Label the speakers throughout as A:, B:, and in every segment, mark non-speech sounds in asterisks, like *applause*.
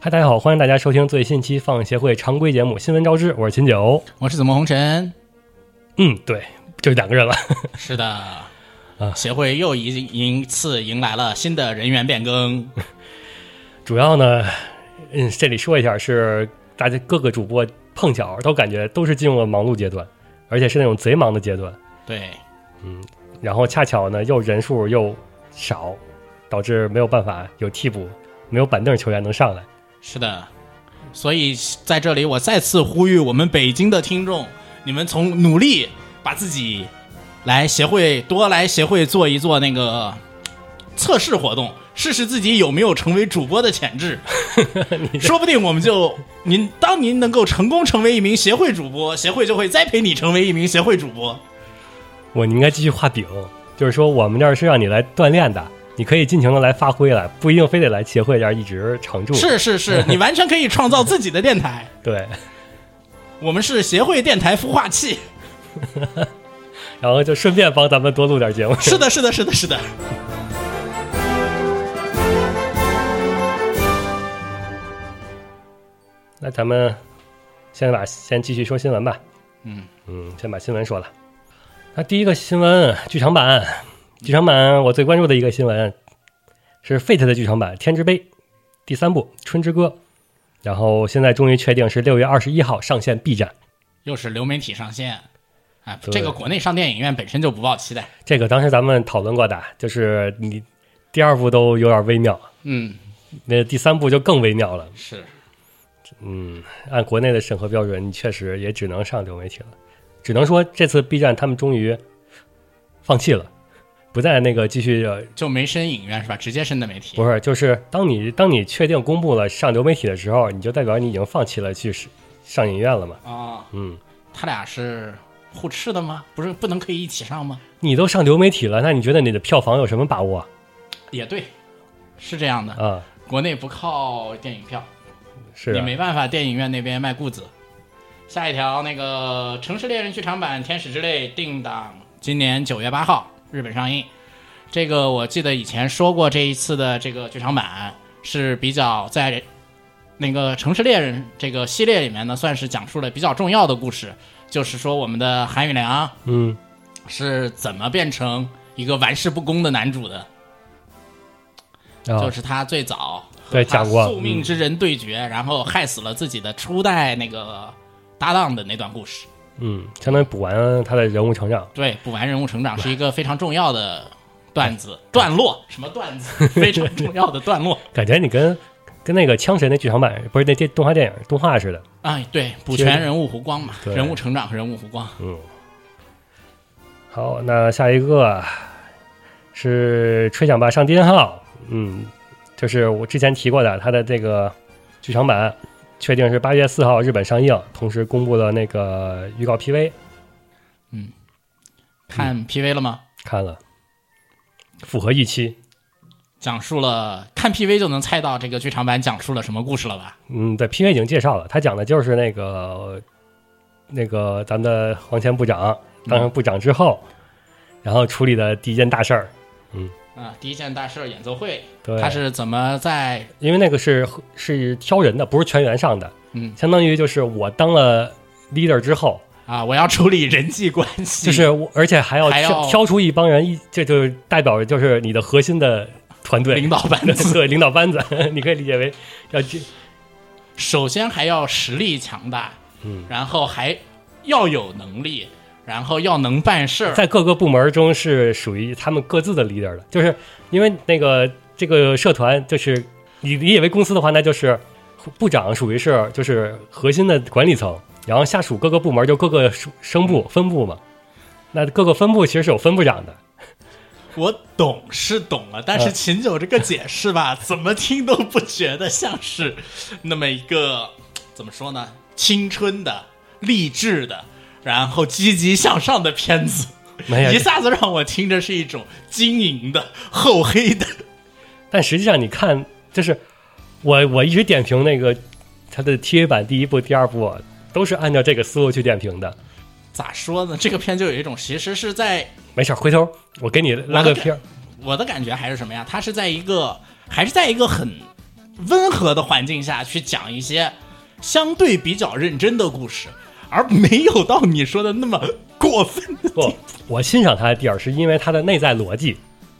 A: 嗨，大家好，欢迎大家收听最新期放映协会常规节目《新闻招知》，我是秦九。
B: 我是怎么红尘？
A: 嗯，对，就两个人了。
B: 是的，协会又一一次迎来了新的人员变更。
A: 主要呢，嗯，这里说一下是大家各个主播碰巧都感觉都是进入了忙碌阶段，而且是那种贼忙的阶段。
B: 对，
A: 然后恰巧呢又人数又少，导致没有办法有替补，没有板凳球员能上来。
B: 是的，所以在这里我再次呼吁我们北京的听众，你们从努力把自己来协会多来协会做一做那个测试活动，试试自己有没有成为主播的潜质，说不定我们就您当您能够成功成为一名协会主播，协会就会栽培你成为一名协会主播。
A: 我你应该继续画饼，就是说我们这儿是让你来锻炼的，你可以尽情的来发挥来，不一定非得来协会这儿一直常驻。
B: 是是是，你完全可以创造自己的电台，
A: 对。
B: 我们是协会电台孵化
A: *laughs*
B: 器。
A: 然后就顺便帮咱们多录点节目。
B: 是的，是的，是的，是的。
A: 那咱们先把先继续说新闻吧。
B: 嗯
A: 嗯，先把新闻说了。那第一个新闻，剧场版，剧场版我最关注的一个新闻是 Fate 的剧场版《天之杯》第三部《春之歌》，然后现在终于确定是六月二十一号上线 B 站。
B: 又是流媒体上线，啊，
A: 对
B: 这个国内上电影院本身就不抱期待。
A: 这个当时咱们讨论过的，就是你第二部都有点微妙，
B: 嗯，
A: 那第三部就更微妙了。
B: 是
A: 嗯，按国内的审核标准，你确实也只能上流媒体了。只能说这次 B 站他们终于放弃了，不再那个继续，呃
B: 就没申影院是吧？直接申的媒体。
A: 不是，就是当你当你确定公布了上流媒体的时候，你就代表你已经放弃了去是上影院了嘛？
B: 啊，
A: 嗯，
B: 他俩是互斥的吗？不是，不能可以一起上吗？
A: 你都上流媒体了，那你觉得你的票房有什么把握
B: 也对，是这样的。
A: 啊？
B: 国内不靠电影票，
A: 是
B: 你
A: 啊
B: 没办法，电影院那边卖固子。下一条，那个《城市猎人》剧场版《天使之泪》定档今年九月八号日本上映。这个我记得以前说过，这一次的这个剧场版是比较在那个《城市猎人》这个系列里面呢，算是讲述了比较重要的故事，就是说我们的韩宇良
A: 嗯，
B: 是怎么变成一个玩世不恭的男主的。
A: 啊，
B: 就是他最早和
A: 对
B: 他
A: 讲过
B: 宿命之人对决，然后害死了自己的初代那个搭档的那段故事。
A: 嗯，相当于补完他的人物成长。
B: 对，补完人物成长是一个非常重要的段子段落，什么段子？ *laughs* 非常重要的段落。
A: 感觉你跟跟那个枪神那剧场版不是那电动画电影动画似的。
B: 哎，对，补
A: 接着
B: 全人物弧光嘛，
A: 对
B: 人物成长和人物弧光。
A: 好，那下一个是《吹响吧上帝号》，嗯，就是我之前提过的，它的这个剧场版确定是八月四号日本上映，同时公布了那个预告 PV，
B: 看 PV 了吗？
A: 看了，符合预期，
B: 讲述了看 PV 就能猜到这个剧场版讲述了什么故事了吧？
A: 嗯，对，PV 已经介绍了，它讲的就是那个那个咱们的黄前部长当上部长之后，然后处理的第一件大事儿，
B: 啊，第一件大事儿演奏会，
A: 对，
B: 他是怎么在
A: 因为那个是是挑人的，不是全员上的，
B: 嗯
A: 相当于就是我当了 leader 之后，
B: 啊？我要处理人际关系，
A: 就是我，而且还要
B: 嗯还
A: 挑
B: 要
A: 挑出一帮人，一这就是代表就是你的核心的团队
B: 领导班子。
A: *laughs* 对领导班子，你可以理解为要这
B: 首先还要实力强大，
A: 嗯，
B: 然后还要有能力，然后要能办事儿，
A: 在各个部门中是属于他们各自的 leader 的，就是因为那个这个社团就是你你以为公司的话，那就是部长属于是就是核心的管理层，然后下属各个部门就各个属声部分部嘛，那各个分部其实是有分部长的，
B: 我懂是懂了，
A: 嗯
B: 但是秦九这个解释吧， *laughs* 怎么听都不觉得像是 *laughs* 那么一个怎么说呢，青春的、励志的，然后积极向上的片子，
A: 没有
B: 一下子让我听着是一种晶莹的、厚黑的。
A: 但实际上，你看，就是我我一直点评那个它的 TV 版第一部、第二部，都是按照这个思路去点评的。
B: 咋说呢？这个片就有一种其实是在
A: 没事儿，回头我给你拉个片儿。
B: 我的感觉还是什么呀？它是在一个还是在一个很温和的环境下去讲一些相对比较认真的故事，而没有到你说的那么过分
A: *laughs*
B: 的。
A: 不，我欣赏他的地儿是因为他的内在逻辑，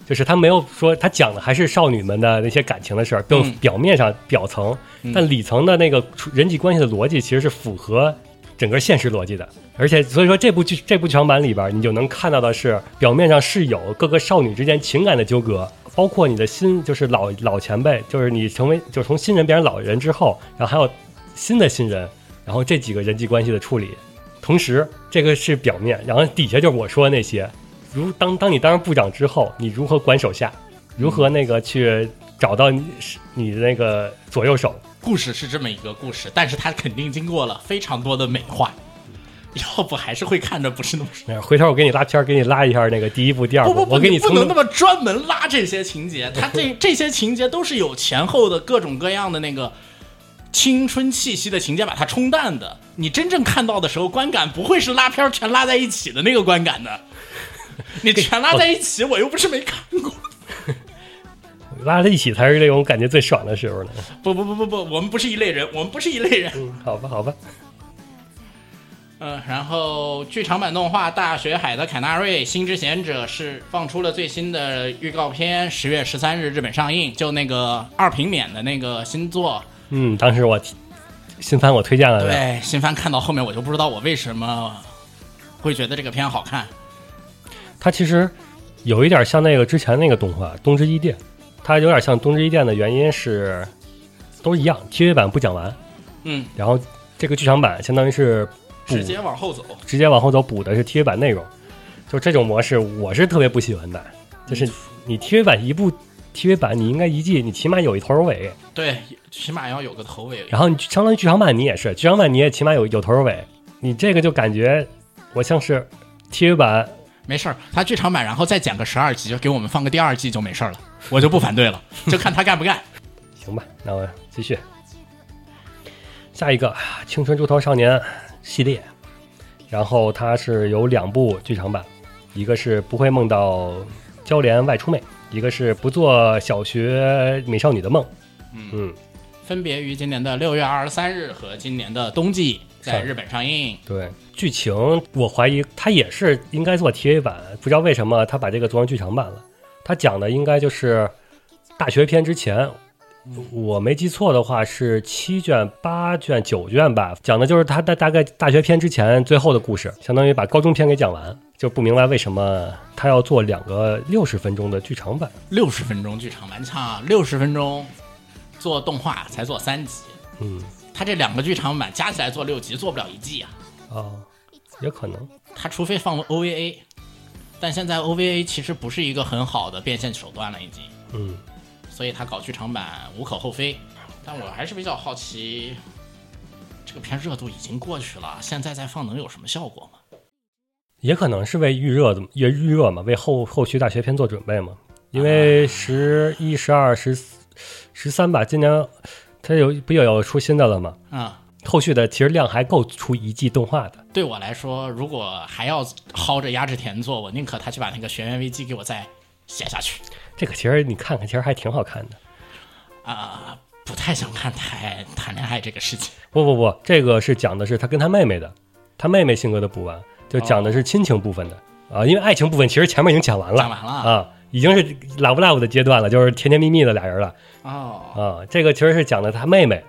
A: 就是他没有说他讲的还是少女们的那些感情的事儿，表
B: 嗯
A: 表面上表层，但里层的那个处人际关系的逻辑其实是符合整个现实逻辑的。而且所以说这部剧这部剧场版里边儿，你就能看到的是，表面上是有各个少女之间情感的纠葛。包括你的新，就是老老前辈，就是你成为，就是从新人变成老人之后，然后还有新的新人，然后这几个人际关系的处理，同时这个是表面，然后底下就是我说的那些，如当当你当上部长之后，你如何管手下，如何那个去找到你你的那个左右手，
B: 故事是这么一个故事，但是它肯定经过了非常多的美化，要不还是会看着不是那么舒服。
A: 那回头我给你拉片儿，给你拉一下那个第一部、第二
B: 不
A: 部，
B: 不不，
A: 我给
B: 你不
A: 从
B: 能那
A: 头
B: 么专门拉这些情节，它这这些情节都是有前后的各种各样的那个青春气息的情节把它冲淡的。你真正看到的时候，观感不会是拉片儿全拉在一起的那个观感 *laughs* 的。你全拉在一起，我又不是没看过。
A: 拉在一起才是那种感觉最爽的时候呢。
B: 不不不不不，我们不是一类人，我们不是一类人。
A: 嗯，好吧，好吧，
B: 嗯，然后剧场版动画《大学海的凯纳瑞：新之贤者》是放出了最新的预告片，十月十三日日本上映，就那个二平免的那个新作。
A: 嗯，当时我新番我推荐了的，
B: 对，啊哎新番看到后面，我就不知道我为什么会觉得这个片好看。
A: 它其实有一点像那个之前那个动画《东之伊甸》，它有点像《东之伊甸》的原因是都一样，TV 版不讲完，
B: 嗯，
A: 然后这个剧场版相当于是补
B: 直接往后走，
A: 直接往后走补的是 TV 版内容，就这种模式我是特别不喜欢的，就是你 TV 版一部 TV 版你应该一季你起码有一头儿尾，
B: 对，起码要有个头尾。
A: 然后你相当于剧场版你也是剧场版你也起码有有头儿尾，你这个就感觉我像是 TV 版
B: 没事儿，他剧场版然后再剪个十二集，就给我们放个第二季就没事儿了，我就不反 *laughs* 对了，就看他干不干。
A: 行吧，那我继续。下一个《青春猪头少年》系列，然后它是有两部剧场版，一个是不会梦到娇莲外出妹，一个是不做小学美少女的梦。嗯，
B: 分别于今年的六月二十三日和今年的冬季在
A: 是
B: 日本上映。
A: 对，剧情我怀疑它也是应该做 TV 版，不知道为什么它把这个做成剧场版了。它讲的应该就是大学篇之前，我没记错的话是七卷、八卷、九卷吧，讲的就是他在大概大学篇之前最后的故事，相当于把高中篇给讲完。就不明白为什么他要做两个六十分钟的剧场版。
B: 六十分钟剧场版，你看啊，六十分钟做动画才做三集，
A: 嗯，
B: 他这两个剧场版加起来做六集，做不了一季啊。
A: 哦，也可能。
B: 他除非放 OVA，但现在 OVA 其实不是一个很好的变现手段了，已经，
A: 嗯，
B: 所以他搞剧场版无可厚非。但我还是比较好奇，这个片热度已经过去了，现在再放能有什么效果吗？
A: 也可能是为预热的，也预热嘛，为后后续大学篇做准备嘛。因为
B: 啊
A: 十一、十二、十十三吧，今年它有不又有出新的了嘛？
B: 啊、
A: 后续的其实量还够出一季动画的。
B: 对我来说，如果还要薅着压制田做，我宁可他去把那个《学院危机》给我再写下去
A: 这个其实你看看，其实还挺好看的。
B: 啊、不太想看谈谈恋爱这个事情。
A: 不不不，这个是讲的是他跟他妹妹的，他妹妹性格的补完，就讲的是亲情部分的、啊，因为爱情部分其实前面已经讲完了，
B: 哦讲完了
A: 啊，已经是 love love 的阶段了，就是甜甜蜜蜜的俩人了。
B: 哦，
A: 啊，这个其实是讲的他妹妹，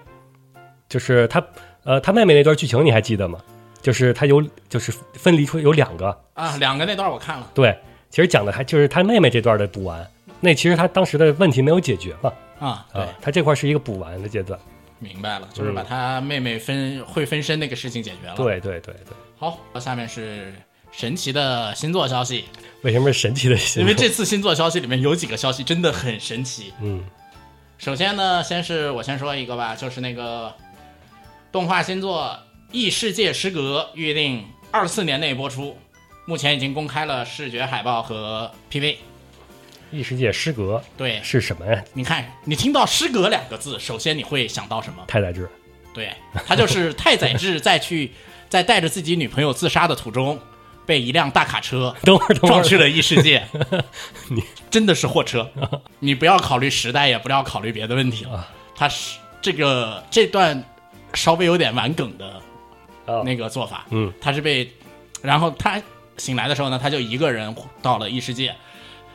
A: 就是他呃他妹妹那段剧情你还记得吗？就是他有就是分离出有两个，
B: 啊，两个那段我看了，
A: 对，其实讲的还就是他妹妹这段的补完，那其实他当时的问题没有解决嘛，
B: 啊，对。
A: 啊，他这块是一个补完的阶段，
B: 明白了，就是把他妹妹分会分身那个事情解决了。，
A: 嗯对对对对，
B: 好，下面是神奇的星座消息，
A: 为什么是神奇的心？
B: 因为这次星座消息里面有几个消息真的很神奇。
A: 嗯，
B: 首先呢，先是我先说一个吧，就是那个动画新作《异世界失格》预定二四年内播出，目前已经公开了视觉海报和 PV。
A: 异世界失格
B: 对，
A: 是什么呀？
B: 你看，你听到“失格”两个字，首先你会想到什么？
A: 太宰治，
B: 对他就是太宰治在去在带着自己女朋友自杀的途中，被一辆大卡车
A: *laughs* 等会儿等会
B: 撞
A: 儿
B: 去了异世界。你真的是货车，你不要考虑时代，也不要考虑别的问题了。他是这个这段稍微有点玩梗的
A: 啊，
B: 那个做法，
A: 嗯，
B: 他是被，然后他醒来的时候呢，他就一个人到了异世界，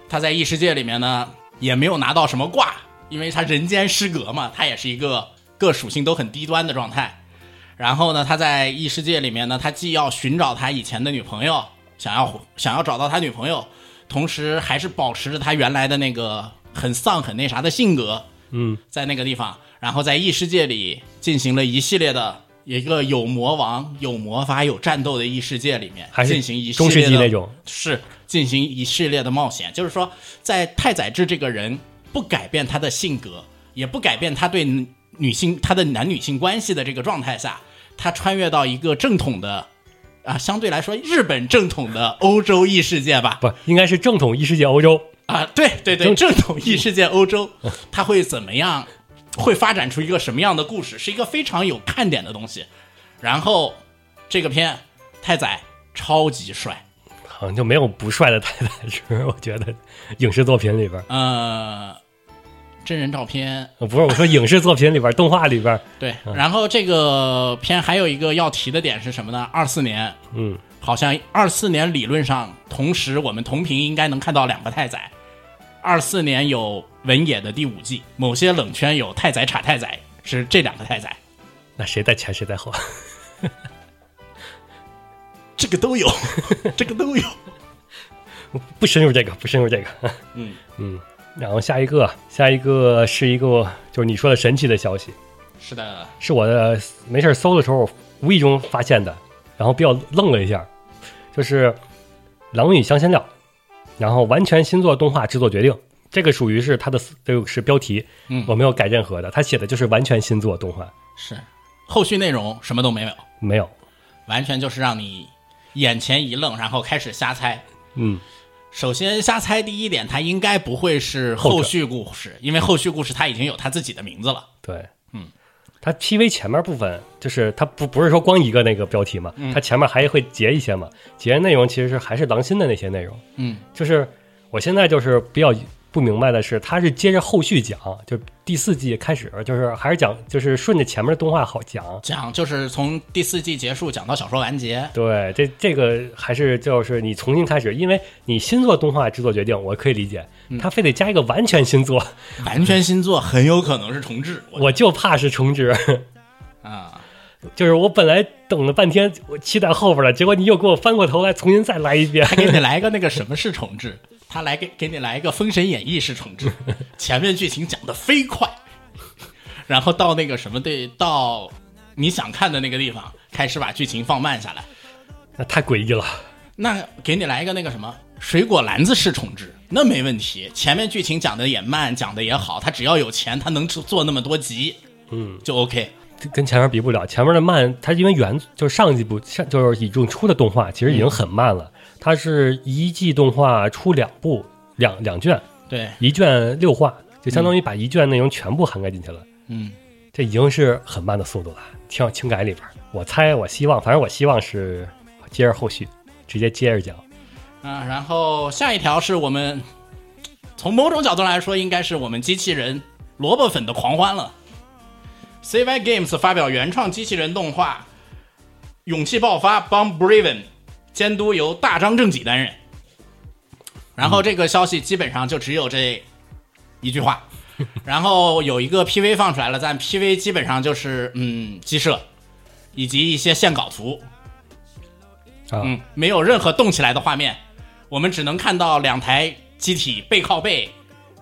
B: 他在异世界里面呢也没有拿到什么挂，因为他人间失格嘛，他也是一个各属性都很低端的状态。然后呢，他在异世界里面呢，他既要寻找他以前的女朋友，想要想要找到他女朋友，同时还是保持着他原来的那个很丧很那啥的性格，
A: 嗯，
B: 在那个地方，然后在异世界里进行了一系列的一个有魔王、有魔法、有战斗的异世界里面，
A: 还是
B: 进行一系
A: 中世
B: 列
A: 纪
B: 的
A: 那种，
B: 是进行一系列的冒险。就是说，在太宰治这个人不改变他的性格，也不改变他对女性他的男女性关系的这个状态下，他穿越到一个正统的啊，相对来说日本正统的欧洲异世界吧，
A: 不应该是正统异世界欧洲，
B: 啊， *laughs* 对对对，
A: 正
B: 正统异世界欧洲， *laughs* 它会怎么样？会发展出一个什么样的故事？是一个非常有看点的东西。然后这个片太宰超级帅，
A: 好啊像就没有不帅的太宰治， *laughs* 我觉得影视作品里边，
B: 呃，真人照片
A: 呃不是我说影视作品里边，动画里边，
B: 对。然后这个片还有一个要提的点是什么呢？二四年
A: 嗯，
B: 好像二四年理论上同时我们同频应该能看到两个太宰。二四年有文野的第五季，某些冷圈有太宰、查太宰，是这两个太宰。
A: 那谁在前谁在后？
B: 这个都有， *laughs* 这个都有。
A: *laughs* 不深入这个，不深入这个。
B: 嗯
A: *laughs* 嗯，然后下一个，下一个是一个就是你说的神奇的消息，
B: 是的，
A: 是我的没事儿搜的时候无意中发现的，然后比较愣了一下，就是《狼与香辛料》，然后完全新作动画制作决定，这个属于是它的这个是标题，
B: 嗯
A: 我没有改任何的，它写的就是完全新作动画，
B: 是后续内容什么都没有，
A: 没有，
B: 完全就是让你眼前一愣，然后开始瞎猜。
A: 嗯，
B: 首先，瞎猜第一点，它应该不会是后续故事，因为后续故事它已经有它自己的名字了。
A: 对，
B: 嗯。
A: 它 PV 前面部分就是它不不是说光一个那个标题嘛，
B: 嗯
A: 它前面还会截一些嘛，截的内容其实是还是狼心的那些内容，
B: 嗯，
A: 就是我现在就是比较不明白的是，他是接着后续讲，就第四季开始，就是还是讲，就是顺着前面的动画好讲。
B: 讲就是从第四季结束讲到小说完结。
A: 对，这这个还是就是你重新开始，因为你新做动画制作决定，我可以理解，
B: 嗯
A: 他非得加一个完全新作，
B: 完全新作很有可能是重置，我
A: 我就怕是重置。
B: 啊，
A: 就是我本来等了半天，我期待后边了，结果你又给我翻过头来重新再来一遍。
B: 他给你来一个那个什么是重置， *laughs* 他来给给你来一个《封神演义》是重 *laughs* 置，前面剧情讲的飞快，然后到那个什么对到你想看的那个地方，开始把剧情放慢下来。
A: *laughs* 那太诡异了，
B: 那给你来一个那个什么水果篮子式重置，那没问题。前面剧情讲的也慢，讲的也好，他只要有钱，他能做那么多集，嗯，就 OK。
A: 跟前面比不了，前面的慢，它因为原就是上一部上就是已经出的动画，其实已经很慢了。它是一季动画出两部两两卷，
B: 对，
A: 一卷六话，就相当于把一卷内容全部涵盖进去了。
B: 嗯，
A: 这已经是很慢的速度了，挺有情感里边儿。我猜，我希望，反正我希望是接着后续，直接接着讲。
B: 啊，然后下一条是我们从某种角度来说，应该是我们机器人萝卜粉的狂欢了。CY Games 发表原创机器人动画《勇气爆发》帮 Braven，监督由大张正己担任。然后这个消息基本上就只有这一句话，然后有一个 PV 放出来了，但 PV 基本上就是嗯鸡舍以及一些线稿图，
A: 啊，
B: 嗯，没有任何动起来的画面，我们只能看到两台机体背靠背，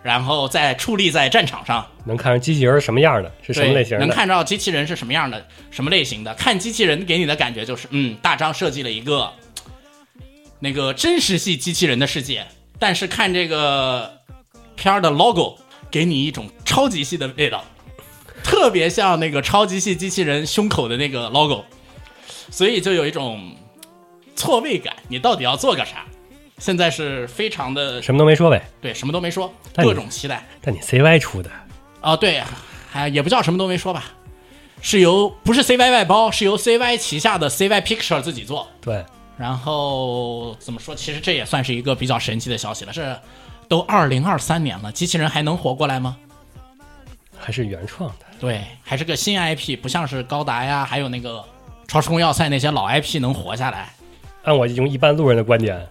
B: 然后再矗立在战场上。
A: 能看出机器人是什么样的，是什么
B: 对
A: 类型的？
B: 能看到机器人是什么样的，什么类型的。看机器人给你的感觉就是，嗯，大张设计了一个那个真实系机器人的世界，但是看这个片儿的 logo，给你一种超级系的味道，特别像那个超级系机器人胸口的那个 logo，所以就有一种错位感。你到底要做个啥？现在是非常的
A: 什么都没说呗。
B: 对，什么都没说，
A: 但
B: 各
A: 你
B: 种期待。
A: 但你 CY 出的，
B: 哦，对，还也不叫什么都没说吧，是由不是 CY 外包，是由 CY 旗下的 CY Picture 自己做。
A: 对，
B: 然后怎么说？其实这也算是一个比较神奇的消息了。是，都二零二三年了，机器人还能活过来吗？
A: 还是原创的。
B: 对，还是个新 IP，不像是高达呀，还有那个超时空要塞那些老 IP 能活下来。
A: 按我用一般路人的观点，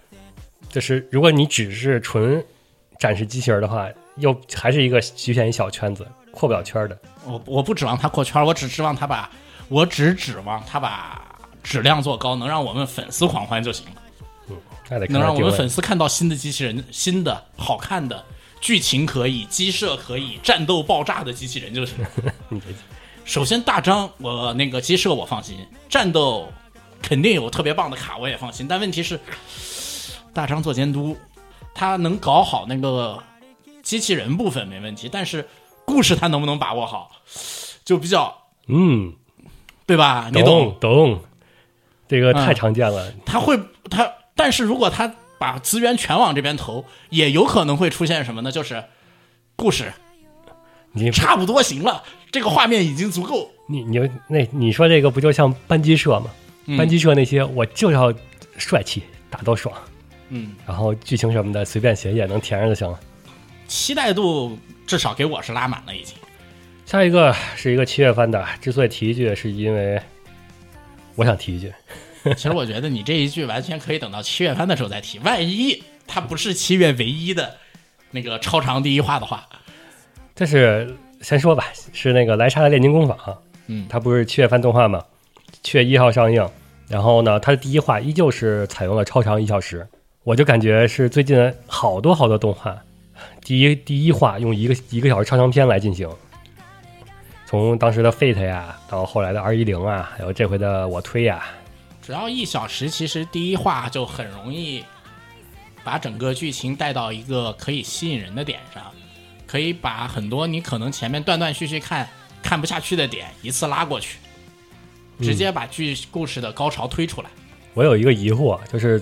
A: 就是如果你只是纯展示机器人儿的话，又还是一个局限于小圈子，扩不了圈儿的。
B: 我我不指望它扩圈，我只指望它把，我只指望它把质量做高，能让我们粉丝狂欢就行了，
A: 那得看
B: 能让我
A: 定
B: 们
A: 位
B: 粉丝看到新的机器人，新的好看的剧情可以，机设可以，战斗爆炸的机器人就行。
A: 你这
B: 首先大张我那个机设我放心，战斗肯定有特别棒的卡我也放心，但问题是大张做监督，他能搞好那个机器人部分没问题，但是故事他能不能把握好，就比较
A: 嗯，
B: 对吧？你懂
A: 懂懂，这个太
B: 嗯
A: 常见了。
B: 他会他，但是如果他把资源全往这边投，也有可能会出现什么呢？就是故事
A: 你
B: 差不多行了，这个画面已经足够。
A: 你你那你说这个不就像班级社吗？
B: 嗯
A: 班级社那些我就要帅气，打到爽，
B: 嗯，
A: 然后剧情什么的随便写写，能填上就行了。
B: 期待度至少给我是拉满了，已经。
A: 下一个是一个七月番的，之所以提一句，是因为我想提一句，
B: 其实我觉得你这一句完全可以等到七月番的时候再提，万一它不是七月唯一的那个超长第一话的话，
A: 这是先说吧，是那个莱莎的炼金工坊，
B: 嗯
A: 它不是七月番动画嘛，七月一号上映，然后呢，它的第一话依旧是采用了超长一小时，我就感觉是最近好多好多动画，第一第一话用一个一个小时超长篇来进行，从当时的 Fate 呀，到后来的 R 一零啊，还有这回的我推呀，
B: 只要一小时，其实第一话就很容易把整个剧情带到一个可以吸引人的点上，可以把很多你可能前面断断续续看看不下去的点一次拉过去，直接把剧故事的高潮推出来。
A: 我有一个疑惑，就是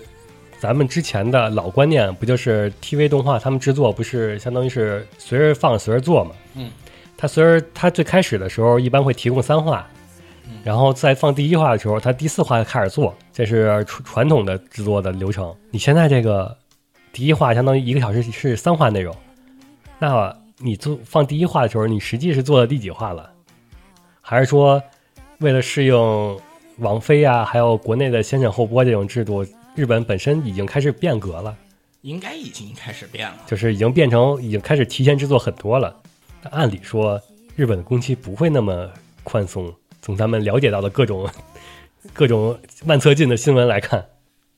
A: 咱们之前的老观念，不就是 TV 动画他们制作不是相当于是随着放随着做嘛？
B: 嗯，
A: 它随着它最开始的时候一般会提供三话，然后在放第一话的时候，它第四话开始做，这是传传统的制作的流程。你现在这个第一话相当于一个小时是三话内容，那你做放第一话的时候，你实际是做到第几话了？还是说为了适应网飞啊，还有国内的先审后播这种制度，日本本身已经开始变革了，
B: 应该已经开始变了，
A: 就是已经变成已经开始提前制作很多了。那按理说，日本的工期不会那么宽松。从咱们了解到的各种各种万策进的新闻来看，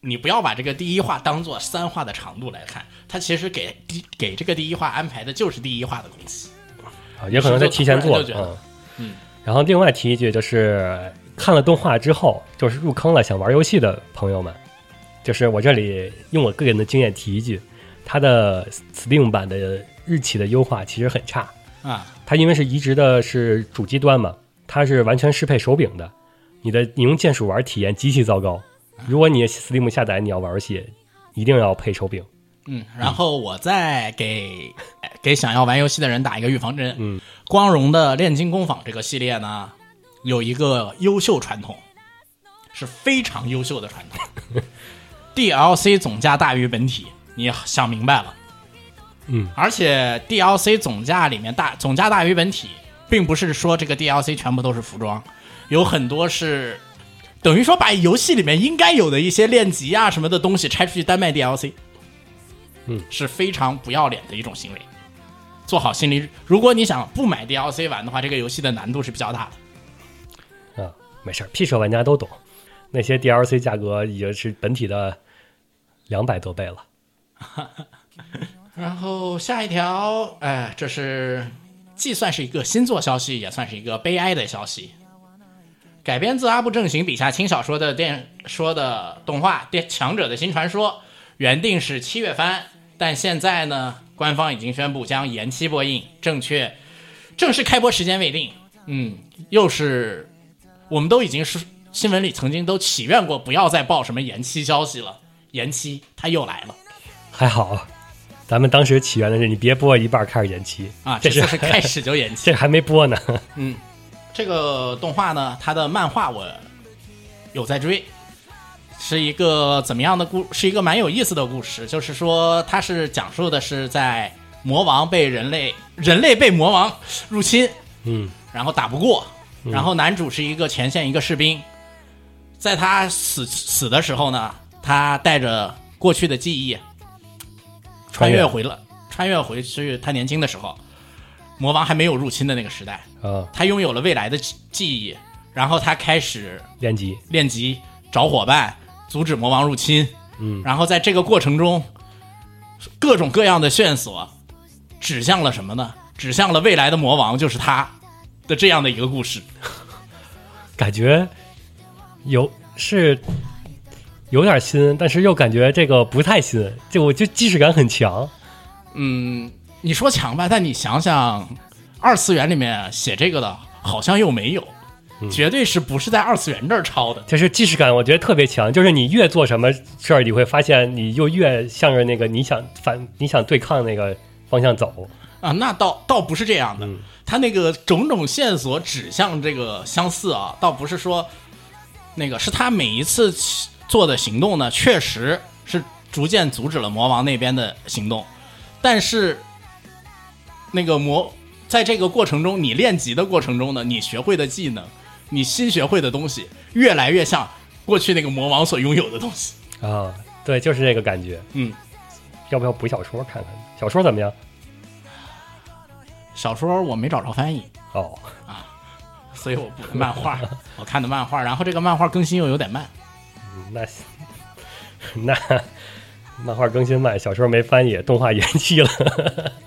B: 你不要把这个第一话当做三话的长度来看，它其实给第给这个第一话安排的就是第一话的东西。
A: 啊，也可能在提前做
B: 是就突然就
A: 嗯
B: 觉得嗯
A: 然后另外提一句，就是看了动画之后，就是入坑了想玩游戏的朋友们，就是我这里用我个人的经验提一句，它的 Steam 版的日企的优化其实很差。
B: 啊，
A: 它因为是移植的是主机端嘛，它是完全适配手柄的，你的你用键鼠玩体验极其糟糕。如果你 Steam 下载你要玩游戏，一定要配手柄。
B: 嗯，然后我再给 *laughs* 给想要玩游戏的人打一个预防针。嗯，光荣的《炼金工坊》这个系列呢，有一个优秀传统，是非常优秀的传统。DLC 总价大于本体，你想明白了。
A: 嗯，
B: 而且 DLC 总价里面大总价大于本体，并不是说这个 DLC 全部都是服装，有很多是等于说把游戏里面应该有的一些练级啊什么的东西拆出去单卖 DLC，
A: 嗯，
B: 是非常不要脸的一种行为。做好心理，如果你想不买 DLC 玩的话，这个游戏的难度是比较大的。
A: 啊，没事儿，P 社玩家都懂。那些 DLC 价格已经是本体的两百多倍了。
B: 然后下一条，哎，这是既算是一个新作消息，也算是一个悲哀的消息。改编自阿部正行笔下轻小说的电说的动画《电强者的新传说》，原定是七月番，但现在呢，官方已经宣布将延期播映，正确正式开播时间未定。嗯，又是我们都已经是新闻里曾经都祈愿过不要再报什么延期消息了，延期它又来了。
A: 还好，咱们当时起源的是你别播一半开始延期
B: 啊，这
A: 这是
B: 次是开始就延期。
A: 这还没播
B: *laughs*
A: 呢。
B: 这个动画呢，它的漫画我有在追，是一个怎么样的故？是一个蛮有意思的故事，就是说它是讲述的是在魔王被人类人类被魔王入侵，
A: 嗯
B: 然后打不过，然后男主是一个前线一个士兵，在他死死的时候呢，他带着过去的记忆穿越回了，穿越回去他年轻的时候，魔王还没有入侵的那个时代，
A: 啊，
B: 他拥有了未来的记记忆，然后他开始
A: 练级
B: 练级找伙伴，阻止魔王入侵。
A: 嗯，
B: 然后在这个过程中，各种各样的线索指向了什么呢？指向了未来的魔王就是他的这样的一个故事。
A: 感觉有是有点新，但是又感觉这个不太新，就我就即视感很强。
B: 嗯，你说强吧，但你想想，二次元里面写这个的，好像又没有，绝对是不是在二次元这儿抄的。
A: 就是即视感，我觉得特别强。就是你越做什么事儿，你会发现你又越向着那个你想反、你想对抗那个方向走。
B: 啊，那倒倒不是这样的，他那个种种线索指向这个相似啊，倒不是说那个是他每一次起做的行动呢，确实是逐渐阻止了魔王那边的行动，但是那个魔在这个过程中，你练级的过程中呢，你学会的技能，你新学会的东西，越来越像过去那个魔王所拥有的东西。
A: 啊，对，就是那个感觉。
B: 嗯，
A: 要不要补小说看看？小说怎么样？
B: 小说我没找着翻译，
A: 哦， *laughs*
B: 所以我补的漫画，我看的漫画，然后这个漫画更新又有点慢。
A: 嗯那 *laughs* 那漫画更新慢，小说没翻译，动画延期了。 *laughs*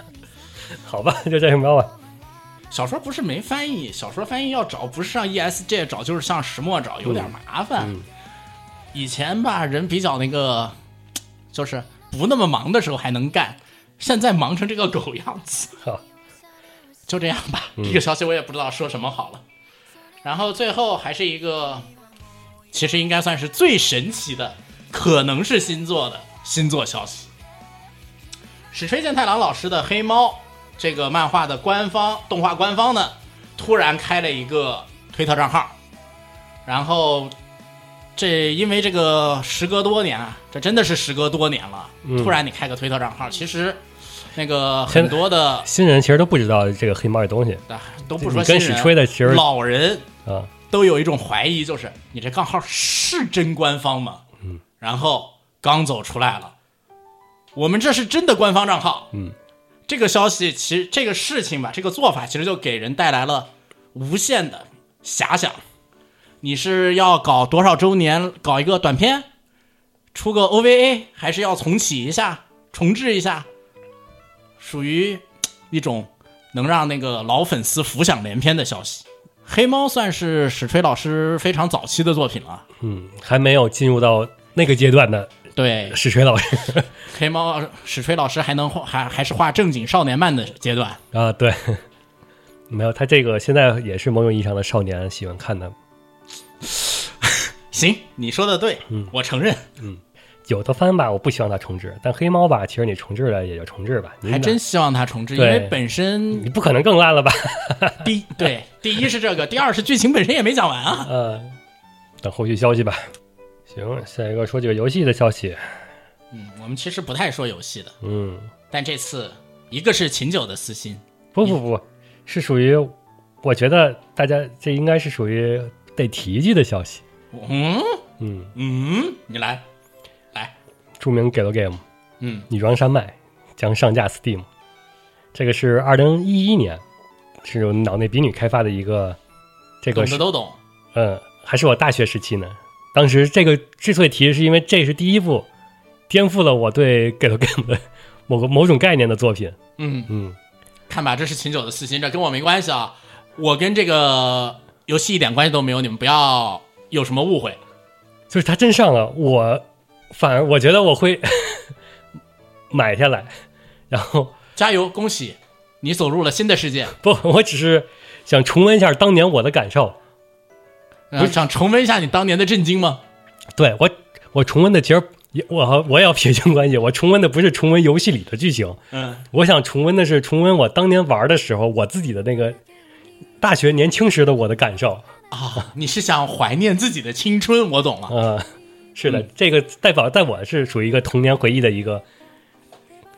A: 好吧，就这样吧。
B: 小说不是没翻译，小说翻译要找不是上 ESJ 找，就是上石墨找，有点麻烦。
A: 嗯
B: 以前吧，人比较那个，就是不那么忙的时候还能干，现在忙成这个狗样子。
A: 好，
B: 就这样吧，这个消息我也不知道说什么好了。然后最后还是一个，其实应该算是最神奇的，可能是新作的新作消息。史吹健太郎老师的《黑猫》这个漫画的官方动画官方呢，突然开了一个推特账号，然后这因为这个时隔多年啊，这真的是时隔多年了，
A: 嗯
B: 突然你开个推特账号，其实那个很多的
A: 新人其实都不知道这个黑猫这东西
B: 啊，都不说
A: 你跟
B: 新人
A: 史吹的其实
B: 老人
A: 啊。
B: 都有一种怀疑，就是你这账号是真官方吗？嗯，然后刚走出来了，我们这是真的官方账号。
A: 嗯，
B: 这个消息其实这个事情吧，这个做法其实就给人带来了无限的遐想。你是要搞多少周年？搞一个短片，出个 OVA，还是要重启一下、重置一下？属于一种能让那个老粉丝浮想联翩的消息。黑猫算是史吹老师非常早期的作品了。
A: 嗯，还没有进入到那个阶段的
B: 对，
A: 史吹老师 *laughs*
B: 黑猫呃史吹老师还能画，还还是画正经少年漫的阶段。
A: 啊，对，没有他这个现在也是某种意义上的少年喜欢看的，
B: 行，你说的对，
A: 嗯
B: 我承认，
A: 有的番吧我不希望它重置，但黑猫吧，其实你重置了也就重置吧，你
B: 还真
A: 哪
B: 希望他重置，因
A: 对
B: 为本身
A: 你不可能更烂了吧？
B: 第对第一是这个，第二是剧情本身也没讲完啊。
A: 呃，等后续消息吧。行，下一个说几个游戏的消息。
B: 嗯，我们其实不太说游戏的，
A: 嗯，
B: 但这次一个是秦九的私心，
A: 不不不，是属于我觉得大家这应该是属于得提及的消息。
B: 嗯
A: 嗯，
B: 嗯，你来来，
A: 著名 g a l Game。
B: 嗯，
A: 女装山脉将上架 Steam。这个是二零一一年，是由脑内比女开发的一个，这
B: 懂
A: 个
B: 的
A: 是
B: 都懂。
A: 嗯，还是我大学时期呢。当时这个之所以提，是因为这是第一部颠覆了我对 g a l Game 的某个某种概念的作品。
B: 嗯，
A: 嗯，
B: 看吧，这是秦九的私心，这跟我没关系啊，我跟这个游戏一点关系都没有，你们不要有什么误会。
A: 就是它真上了，我反而我觉得我会 *laughs* 买下来，然后 *laughs*
B: 加油，恭喜你走入了新的世界，
A: 不，我只是想重温一下当年我的感受。
B: 然后呃想重温一下你当年的震惊吗？
A: 对我，我重温的其实也我 *laughs* 和我也要撇清关系，我重温的不是重温游戏里的剧情，
B: 嗯，
A: 我想重温的是重温我当年玩的时候我自己的那个大学年轻时的我的感受。
B: 啊，你是想怀念自己的青春，我懂
A: 哦呃
B: 了。
A: 嗯、是的，这个代表在我是属于一个童年回忆的一个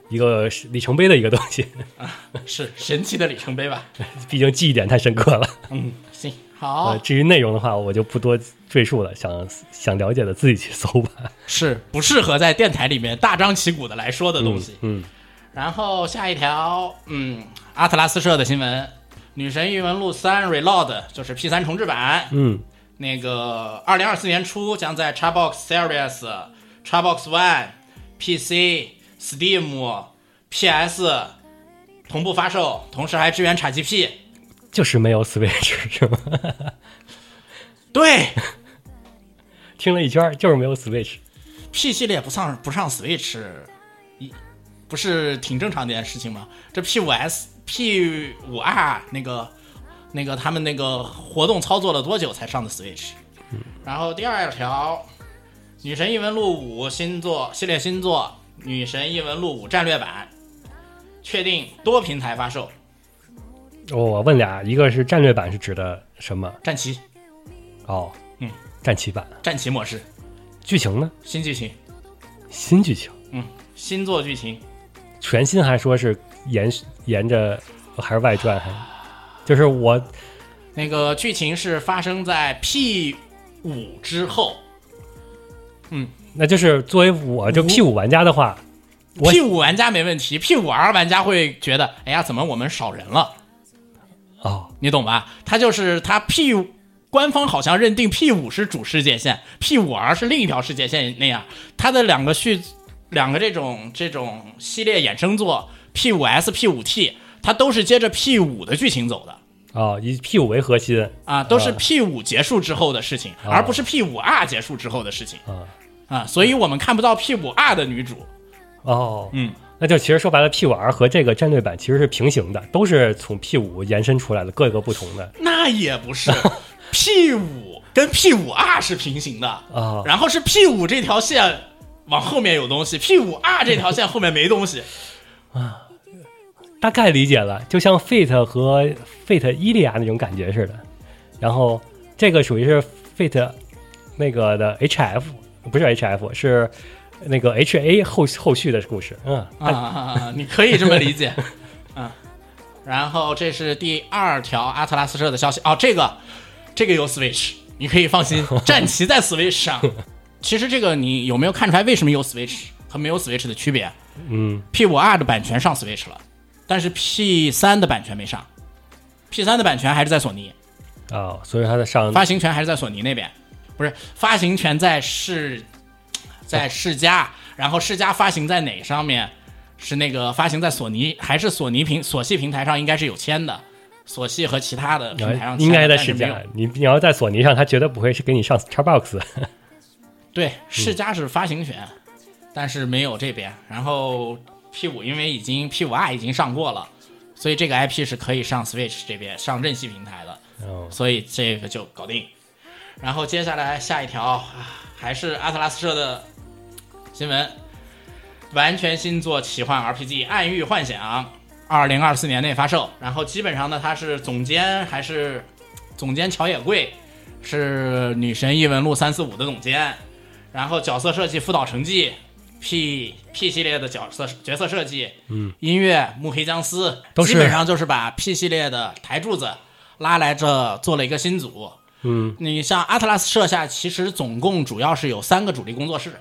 A: 一个里程碑的一个东西， *laughs*
B: 是神奇的里程碑吧？
A: 毕竟记忆点太深刻了。
B: 嗯，行，
A: 呃
B: 好，
A: 至于内容的话，我就不多赘述了，想想了解的自己去搜吧。 *laughs*
B: 是不适合在电台里面大张旗鼓的来说的东
A: 嗯
B: 西。
A: 嗯，
B: 然后下一条，嗯，阿特拉斯社的新闻，《女神异闻录三 Reload》就是 P 三重置版，
A: 嗯，
B: 那个二零二四年初将在 Xbox Series、Xbox One、PC、Steam、PS 同步发售，同时还支援 XGP。
A: 就是没有 Switch 是吗？
B: 对
A: 听了一圈儿，就是没有 Switch。
B: ，P 系列不上不上 Switch，一不是挺正常的一件事情吗？这 P 五 S、P 五 R 那个那个他们那个活动操作了多久才上的 Switch？然后第二条，《女神异闻录五》新作系列新作《女神异闻录五战略版》确定多平台发售，
A: 哦我问俩，一个是战略版是指的什么？
B: 战旗
A: 哦，
B: 嗯，
A: 战旗版。
B: 战旗模式，
A: 剧情呢？
B: 新剧情，
A: 新剧情，
B: 新作剧情，
A: 全新还说是沿沿着还是外传？还就是我
B: 那个剧情是发生在 P 五之后。
A: 那就是作为我就
B: 无
A: P 五玩家的话，我
B: P 五玩家没问题，P 五 R 玩家会觉得，哎呀，怎么我们少人了？
A: 哦，
B: 你懂吧？他就是他 P 官方好像认定 P 五是主世界线，P 五 R 是另一条世界线那样。它的两个续，两个这种这种系列衍生作 P 五 S、P 五 T，它都是接着 P 五的剧情走的
A: 哦，以 P 五为核心
B: 啊，都是
A: 啊
B: P 五结束之后的事情，而不是 P 五 R 结束之后的事情
A: 啊，
B: 啊。所以我们看不到 P 五 R 的女主，
A: 哦，
B: 嗯，
A: 那就其实说白了，P 五 R 和这个战略版其实是平行的，都是从 P 五延伸出来的，各个不同的
B: 那也不是 *laughs* P 五跟 P 五 R 是平行的
A: 啊
B: 然后是 P 五这条线往后面有东西，P 五 R 这条线后面没东西。
A: 大概理解了，就像 Fate 和 Fate 伊利亚那种感觉似的。然后这个属于是 Fate 那个的 HF，不是 HF，是那个 HA 后后续的故事。嗯，
B: 啊啊，啊你可以这么理解，嗯。然后这是第二条阿特拉斯社的消息哦，这个这个有 Switch，你可以放心，战旗在 Switch 上。其实这个你有没有看出来为什么有 Switch 和没有 Switch 的区别
A: 嗯
B: ？P 五 R 的版权上 Switch 了，但是 P 三的版权没上，P 三的版权还是在索尼，
A: 哦，所以它的上
B: 发行权还是在索尼那边，不是发行权
A: *laughs*
B: 在世，在世嘉，然后世嘉发行在哪上面？是那个发行在索尼，还是索尼平索系平台上应该是有签的，索系和其他的平台
A: 呃
B: 上签的
A: 应该在
B: 但是
A: 世
B: 没有
A: 嘉，你你要在索尼上，它绝对不会是给你上 Xbox。
B: 对，世嘉是发行权，但是没有这边。然后 P 五因为已经 P 五 R 已经上过了，所以这个 IP 是可以上 Switch 这边上任系平台的，
A: 哦
B: 所以这个就搞定。然后接下来下一条啊，还是阿特拉斯社的新闻，完全新作奇幻 RPG《暗域幻想》，二零二四年内发售。然后基本上呢，它是总监还是总监乔野贵，是《女神异闻录三四五》的总监，然后角色设计、辅导成绩、P P 系列的角色角色设计，嗯，音乐木黑江司，
A: 都是
B: 基本上就是把 P 系列的台柱子拉来这做了一个新组。
A: 嗯，
B: 你像阿特拉斯社下，其实总共主要是有三个主力工作室，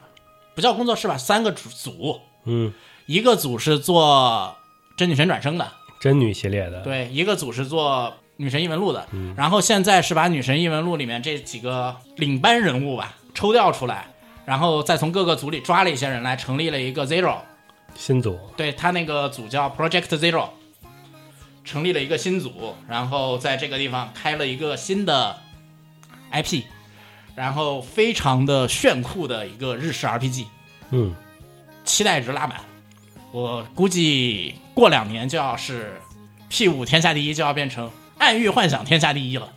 B: 不叫工作室吧，三个主组，
A: 嗯，
B: 一个组是做《真女神转生》的，
A: 真女系列的，
B: 对，一个组是做《女神异闻录》的，然后现在是把《女神异闻录》里面这几个领班人物吧抽调出来，然后再从各个组里抓了一些人来，成立了一个 Zero，
A: 新组
B: 对他那个组叫 Project Zero，成立了一个新组，然后在这个地方开了一个新的 IP，然后非常的炫酷的一个日式 RPG，
A: 嗯，
B: 期待值拉满。我估计过两年就要是 P 五天下第一，就要变成暗域幻想天下第一了。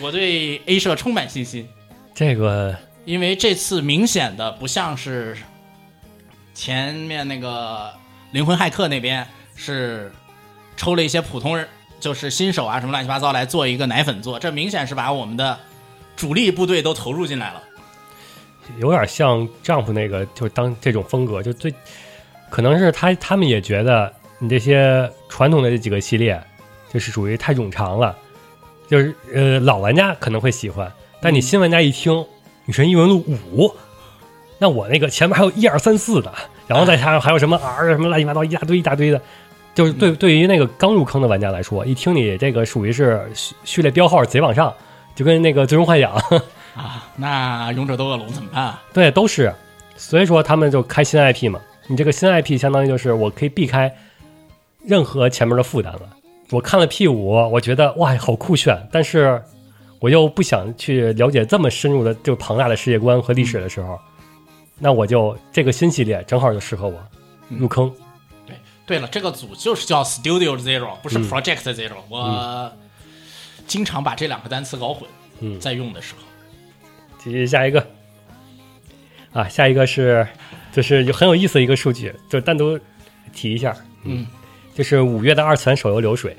B: 我对 A 社充满信心，
A: 这个
B: 因为这次明显的不像是前面那个灵魂骇客那边是抽了一些普通人，就是新手啊什么乱七八糟来做一个奶粉做，这明显是把我们的主力部队都投入进来了。
A: 有点像 Jump 那个，就是当这种风格，就最可能是他他们也觉得你这些传统的这几个系列，就是属于太冗长了，就是呃老玩家可能会喜欢，但你新玩家一听《女神异闻录五》，那我那个前面还有一二三四的，然后再加上还有什么 R 什么乱七八糟一大堆一大堆的。就是对对于那个刚入坑的玩家来说，一听你这个属于是序序列标号贼往上，就跟那个《最终幻想》
B: 啊，那勇者斗恶龙怎么办啊？
A: 对，都是。所以说他们就开新 IP 嘛，你这个新 IP 相当于就是我可以避开任何前面的负担了。我看了 P 五，我觉得哇好酷炫，但是我又不想去了解这么深入的就庞大的世界观和历史的时候，那我就这个新系列正好就适合我入坑。
B: 对，对了，这个组就是叫 Studio Zero，不是
A: 嗯
B: Project Zero、我经常把这两个单词搞混，
A: 嗯
B: 在用的时候。
A: 继续下一个啊，下一个是就是有很有意思的一个数据，就单独提一下，
B: 嗯，
A: 就是五月的二次元手游流水，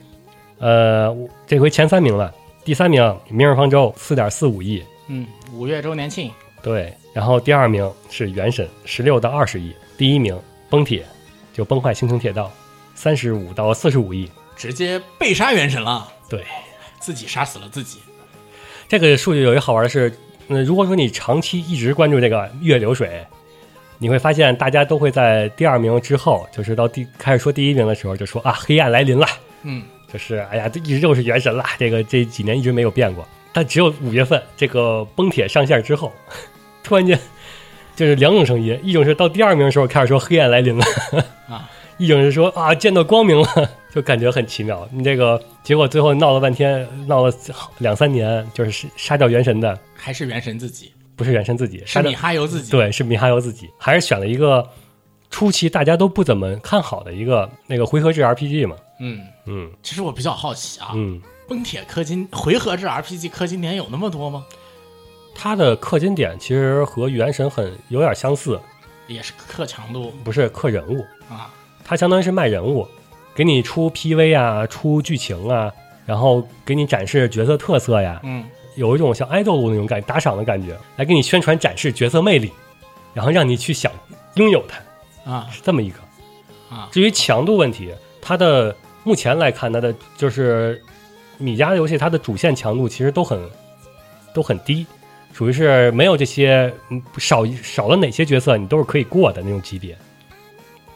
A: 呃，我这回前三名了，第三名《明日方舟》四点四五亿，
B: 嗯，五月周年庆，
A: 对，然后第二名是《原神》十六到二十亿，第一名《崩铁》就《崩坏：星穹铁道》三十五到四十五亿，
B: 直接被杀原神了，
A: 对，
B: 自己杀死了自己。
A: 这个数据有一个好玩的是，嗯，如果说你长期一直关注这个月流水，你会发现大家都会在第二名之后，就是到第开始说第一名的时候，就说啊，黑暗来临了，
B: 嗯，
A: 就是哎呀，这一直就是原神啦，这个这几年一直没有变过。但只有五月份这个崩铁上线之后， *laughs* 突然间就是两种声音，一种是到第二名的时候开始说黑暗来临了
B: 啊，
A: *laughs* 一种是说啊见到光明了，就感觉很奇妙。你这个结果最后闹了半天，闹了好两三年，就是杀掉原神的
B: 还是原神自己，
A: 不是原神自己，
B: 是
A: 杀掉
B: 米哈游自己。
A: 对是米哈游自己，还是选了一个初期大家都不怎么看好的一个那个回合制 RPG 嘛，
B: 嗯，
A: 嗯
B: 其实我比较好奇啊，
A: 嗯。
B: 崩铁氪金回合制 RPG 氪金点有那么多吗？
A: 它的氪金点其实和《原神》很有点相似，
B: 也是氪强度
A: 不是氪人物，
B: 啊，
A: 它相当于是卖人物，给你出 PV 啊，出剧情啊，然后给你展示角色特色呀，
B: 嗯，
A: 有一种像爱豆路那种感打赏的感觉，来给你宣传展示角色魅力，然后让你去想拥有它，
B: 啊
A: 是这么一个。
B: 啊
A: 至于强度问题，它的目前来看，它的就是米家游戏它的主线强度其实都很都很低，属于是没有这些嗯少少了哪些角色你都是可以过的那种级别。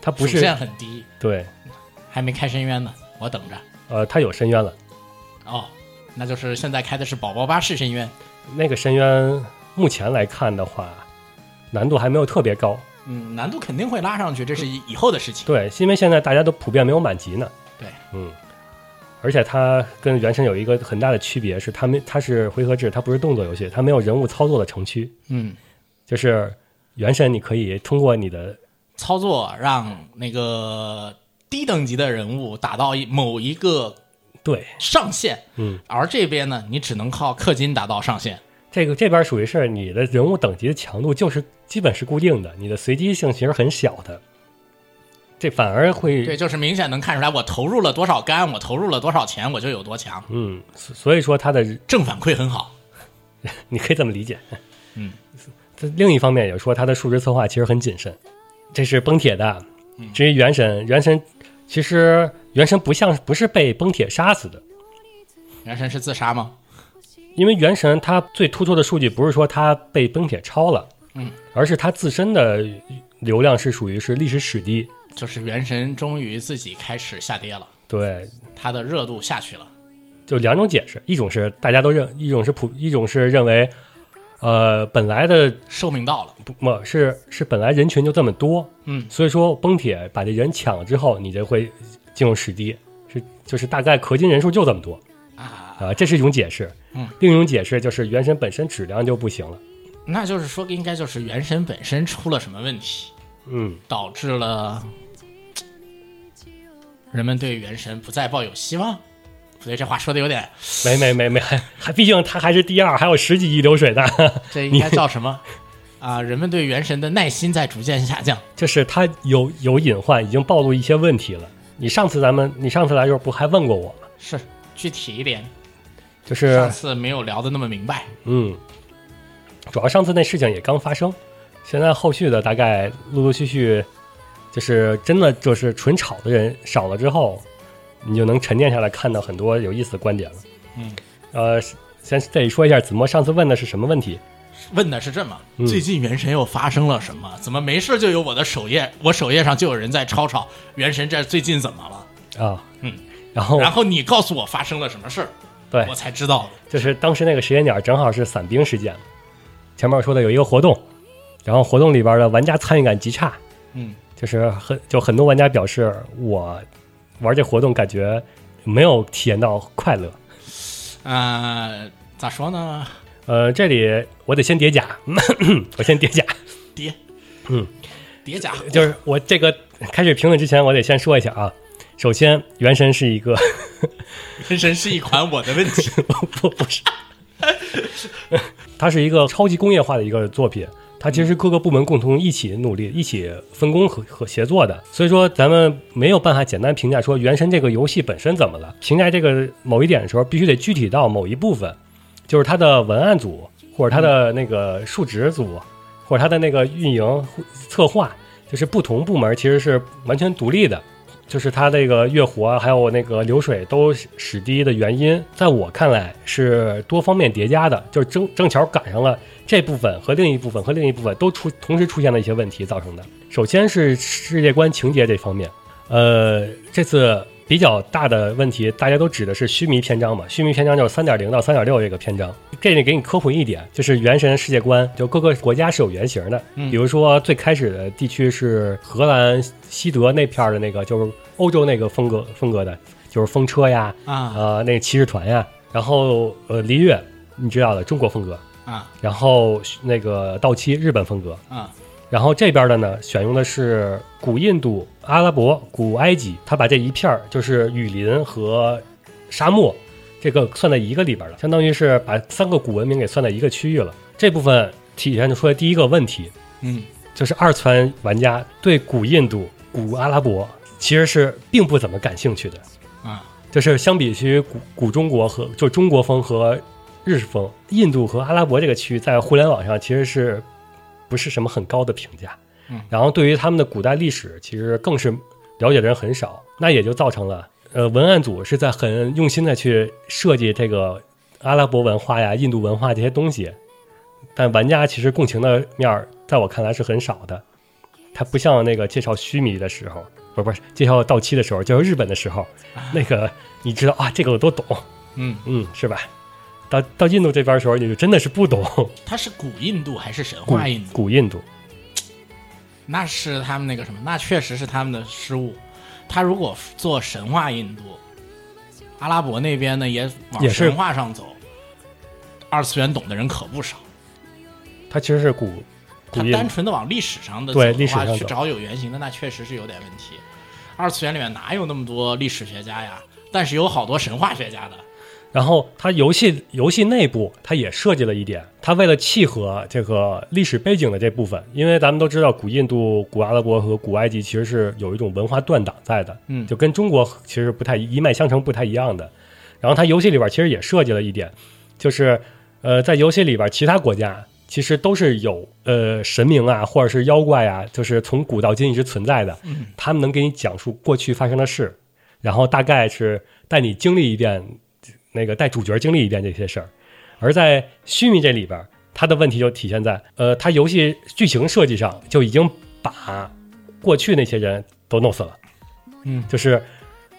A: 它不
B: 主线
A: 是
B: 很低，
A: 对，
B: 还没开深渊呢，我等着。
A: 呃，它有深渊了，
B: 哦，那就是现在开的是宝宝巴士深渊，
A: 那个深渊目前来看的话，难度还没有特别高。
B: 嗯，难度肯定会拉上去，这是以以后的事情。
A: 对，因为现在大家都普遍没有满级呢。
B: 对，
A: 嗯，而且它跟原神有一个很大的区别是，它没它是回合制，它不是动作游戏，它没有人物操作的城区。
B: 嗯，
A: 就是原神，你可以通过你的
B: 操作让那个低等级的人物打到一某一个
A: 对，
B: 上限，
A: 嗯，
B: 而这边呢，你只能靠氪金达到上限。
A: 这个这边属于是你的人物等级的强度就是基本是固定的，你的随机性其实很小的，这反而
B: 对，
A: 会
B: 就是明显能看出来，我投入了多少肝，我投入了多少钱，我就有多强，
A: 嗯，所所以说它的
B: 正反馈很好。
A: 你可以这么理解。
B: 嗯，
A: *laughs* 这另一方面也说它的数值策划其实很谨慎，这是崩铁的。
B: 嗯
A: 至于原神，原神其实原神不像不是被崩铁杀死的，
B: 原神是自杀吗？
A: 因为原神它最突出的数据不是说它被崩铁超了，
B: 嗯，
A: 而是它自身的流量是属于是历史史低。
B: 就是原神终于自己开始下跌了，
A: 对，
B: 它的热度下去了。
A: 就两种解释，一种是大家都认，一种是普，一种是认为，呃，本来的
B: 寿命到了，
A: 不不是是本来人群就这么多，
B: 嗯，
A: 所以说崩铁把这人抢了之后，你就会进入史低，是就是大概氪金人数就这么多
B: 啊，
A: 啊、这是一种解释。
B: 嗯，
A: 另一种解释就是原神本身质量就不行了。
B: 那就是说应该就是原神本身出了什么问题，
A: 嗯，
B: 导致了嘖人们对原神不再抱有希望。不对，这话说的
A: *laughs*
B: 有点，
A: 没没没没，还还毕竟它还是第二，还有十几亿流水呢，
B: 这应该叫什么？啊，人们对原神的耐心在逐渐下降。
A: *laughs* 就是它有有隐患，已经暴露一些问题了。你上次咱们你上次来的时候不还问过我吗？
B: 是，具体一点，
A: 就是
B: 上次没有聊的那么明白。
A: 嗯，主要上次那事情也刚发生，现在后续的大概陆陆续续就是真的就是纯吵的人少了之后，你就能沉淀下来，看到很多有意思的观点了。
B: 嗯，
A: 呃，先这里说一下子墨上次问的是什么问题。
B: 问的是这么：
A: 嗯
B: 最近《原神》又发生了什么？怎么没事就有我的首页，我首页上就有人在吵吵《原神》这最近怎么了？
A: 啊，
B: 嗯，
A: 然后
B: 然后你告诉我发生了什么事儿，
A: 对
B: 我，才知道的。
A: 就是当时那个时间点正好是散兵事件，前面我说的有一个活动，然后活动里边的玩家参与感极差，
B: 嗯，
A: 就是很就很多玩家表示我玩这活动感觉没有体验到快乐。
B: 呃，咋说呢？
A: 呃，这里我得先叠甲， *coughs* 我先叠甲，
B: 叠，
A: 嗯，
B: 叠加
A: 就是我这个开始评论之前，我得先说一下啊。首先，《原神》是一个
B: 原神是一款我的问题。
A: 不不是， *laughs* 它是一个超级工业化的一个作品，它其实是各个部门共同一起努力、一起分工和和协作的。所以说，咱们没有办法简单评价说《原神》这个游戏本身怎么了。评价这个某一点的时候，必须得具体到某一部分，就是它的文案组，或者它的那个数值组，或者它的那个运营策划，就是不同部门其实是完全独立的。就是它这个月活还有那个流水都史低的原因，在我看来是多方面叠加的，就是正正巧赶上了这部分和另一部分和另一部分都出同时出现了一些问题造成的。首先是世界观情节这方面，呃，这次比较大的问题，大家都指的是须弥篇章嘛，须弥篇章就是三点零到三点六这个篇章。这里给你科普一点，就是原神世界观，就各个国家是有原型的，
B: 嗯
A: 比如说最开始的地区是荷兰西德那片儿的那个，就是欧洲那个风格风格的，就是风车呀，
B: *laughs* 啊
A: 呃，那个骑士团呀，然后呃，璃月你知道的中国风格，
B: 啊
A: 然后那个道七日本风格，
B: 啊！
A: 然后这边的呢，选用的是古印度、阿拉伯、古埃及，他把这一片儿就是雨林和沙漠这个算在一个里边了，相当于是把三个古文明给算在一个区域了。这部分体现出来第一个问题，
B: 嗯，
A: 就是二次元玩家对古印度、古阿拉伯其实是并不怎么感兴趣的。
B: 啊，
A: 就是相比于古古中国和就中国风和日式风，印度和阿拉伯这个区域在互联网上其实是不是什么很高的评价。
B: 嗯，
A: 然后对于他们的古代历史，其实更是了解的人很少，那也就造成了呃文案组是在很用心的去设计这个阿拉伯文化呀、印度文化这些东西，但玩家其实共情的面儿，在我看来是很少的。它不像那个介绍须弥的时候，不是不是介绍到期的时候，介绍日本的时候， *laughs* 那个你知道啊，这个我都懂，
B: 嗯，
A: 嗯，是吧？到到印度这边的时候，你就真的是不懂
B: 它是古印度还是神
A: 古
B: 话印
A: *laughs*
B: 度？
A: 古印度，
B: 那是他们那个什么，那确实是他们的失误。他如果做神话印度，阿拉伯那边呢也往
A: 也是
B: 神话上走，二次元懂的人可不少。
A: 它其实是古
B: 他
A: 古印
B: 单
A: 度，
B: 纯的往历史上的
A: 对
B: 走
A: 历
B: 的
A: 史上
B: 话，
A: 走
B: 去找有原型的，那确实是有点问题。二次元里面哪有那么多历史学家呀？但是有好多神话学家的。
A: 然后它游戏游戏内部它也设计了一点，它为了契合这个历史背景的这部分，因为咱们都知道古印度、古阿拉伯和古埃及其实是有一种文化断档在的，
B: 嗯
A: 就跟中国其实不太一脉相承不太一样的。然后它游戏里边其实也设计了一点，就是呃，在游戏里边其他国家其实都是有呃神明啊，或者是妖怪啊，就是从古到今一直存在的，他们能给你讲述过去发生的事，然后大概是带你经历一遍，那个带主角经历一遍这些事儿。而在虚拟这里边，它的问题就体现在，呃，它游戏剧情设计上就已经把过去那些人都弄死了，
B: 嗯，
A: 就是，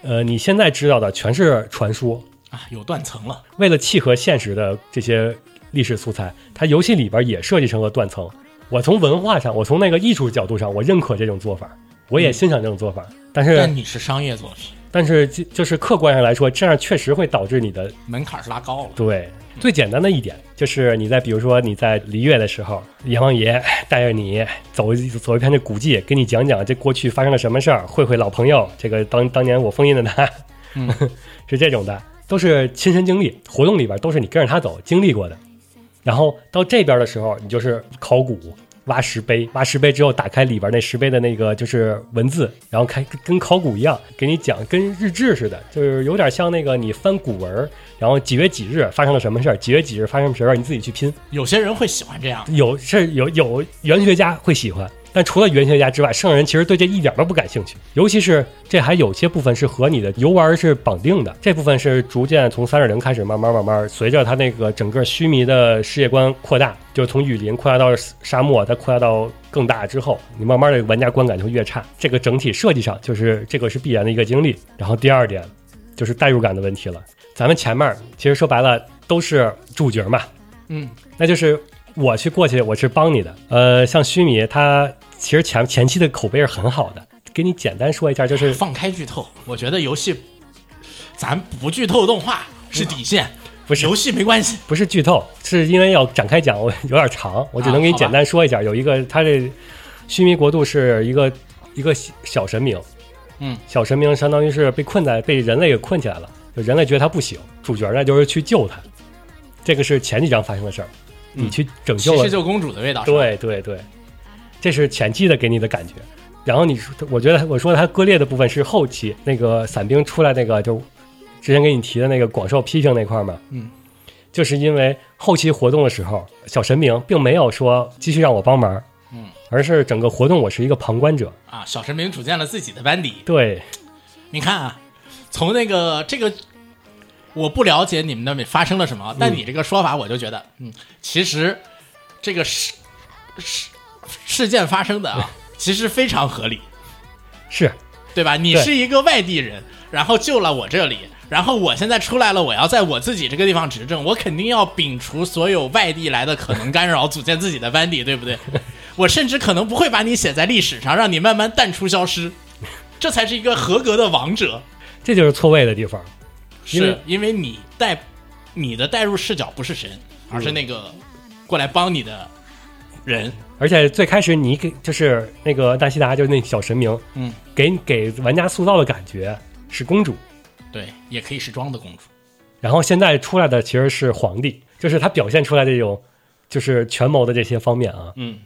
A: 呃，你现在知道的全是传说，
B: 啊，有断层了。
A: 为了契合现实的这些历史素材，它游戏里边也设计成了断层。我从文化上，我从那个艺术角度上，我认可这种做法，我也欣赏这种做法。但
B: 但
A: 是，
B: 你是商业作品，
A: 但是就就是客观上来说，这样确实会导致你的
B: 门槛是拉高了。
A: 对最简单的一点，就是你在比如说你在璃月的时候，阎王爷 *laughs* 带着你走一走一遍这古迹，给你讲讲这过去发生了什么事儿，会会老朋友，这个当当年我封印的他，
B: 嗯
A: *laughs* 是这种的，都是亲身经历，活动里边都是你跟着他走经历过的。然后到这边的时候，你就是考古。挖石碑，挖石碑之后打开里边那石碑的那个就是文字，然后开跟考古一样，给你讲，跟日志似的，就是有点像那个你翻古文儿，然后几月几日发生了什么事儿，几月几日发生什么事儿，你自己去拼。
B: 有些人会喜欢这样，
A: 有是有有有文学家会喜欢，但除了原学家之外，圣人其实对这一点都不感兴趣。尤其是这还有些部分是和你的游玩是绑定的，这部分是逐渐从三点零开始，慢慢慢慢随着它那个整个须弥的世界观扩大，就是从雨林扩大到沙漠，再扩大到更大之后，你慢慢的玩家观感就越差。这个整体设计上就是这个是必然的一个经历。然后第二点就是代入感的问题了。咱们前面其实说白了都是主角嘛，
B: 嗯，
A: 那就是我去过去，我是帮你的。呃，像须弥，他其实前前期的口碑是很好的。给你简单说一下，就是
B: 放开剧透，我觉得游戏咱不剧透动画是底线，
A: 不是
B: 游戏没关系。
A: 不是剧透，是因为要展开讲，我有点长，我只能给你简单说一下。有一个，他这须弥国度是一个一个小神明，
B: 嗯，
A: 小神明相当于是被困在被人类给困起来了，就人类觉得他不行，主角呢就是去救他，这个是前几章发生的事儿。你去拯救
B: 骑
A: 了
B: 士救公主的味道，，
A: 对对对，这是前期的给你的感觉。然后你说，我觉得我说它割裂的部分是后期那个伞兵出来那个，就之前给你提的那个广受批评那块儿嘛，
B: 嗯，
A: 就是因为后期活动的时候，小神明并没有说继续让我帮忙，
B: 嗯，
A: 而是整个活动我是一个旁观者。
B: 啊，小神明组建了自己的班底。
A: 对，
B: 你看啊，从那个这个，我不了解你们那边发生了什么，
A: 嗯
B: 但你这个说法，我就觉得，嗯，其实这个事事事件发生
A: *laughs*
B: 的啊，其实非常合理，
A: 是
B: 对吧？你
A: 对
B: 是一个外地人，然后救了我这里。然后我现在出来了，我要在我自己这个地方执政，我肯定要摒除所有外地来的可能干扰，组建自己的班底，对
A: *laughs*
B: 不对？我甚至可能不会把你写在历史上，让你慢慢淡出消失，这才是一个合格的王者。
A: 这就是错位的地方。因为
B: 是因为你带你的带入视角不是神，而是那个过来帮你的人。
A: 而且最开始你给就是那个纳西达，就是那小神明，
B: 嗯，
A: 给给玩家塑造的感觉是公主，
B: 对，也可以是装的公主。
A: 然后现在出来的其实是皇帝，就是他表现出来这种就是权谋的这些方面啊。
B: 嗯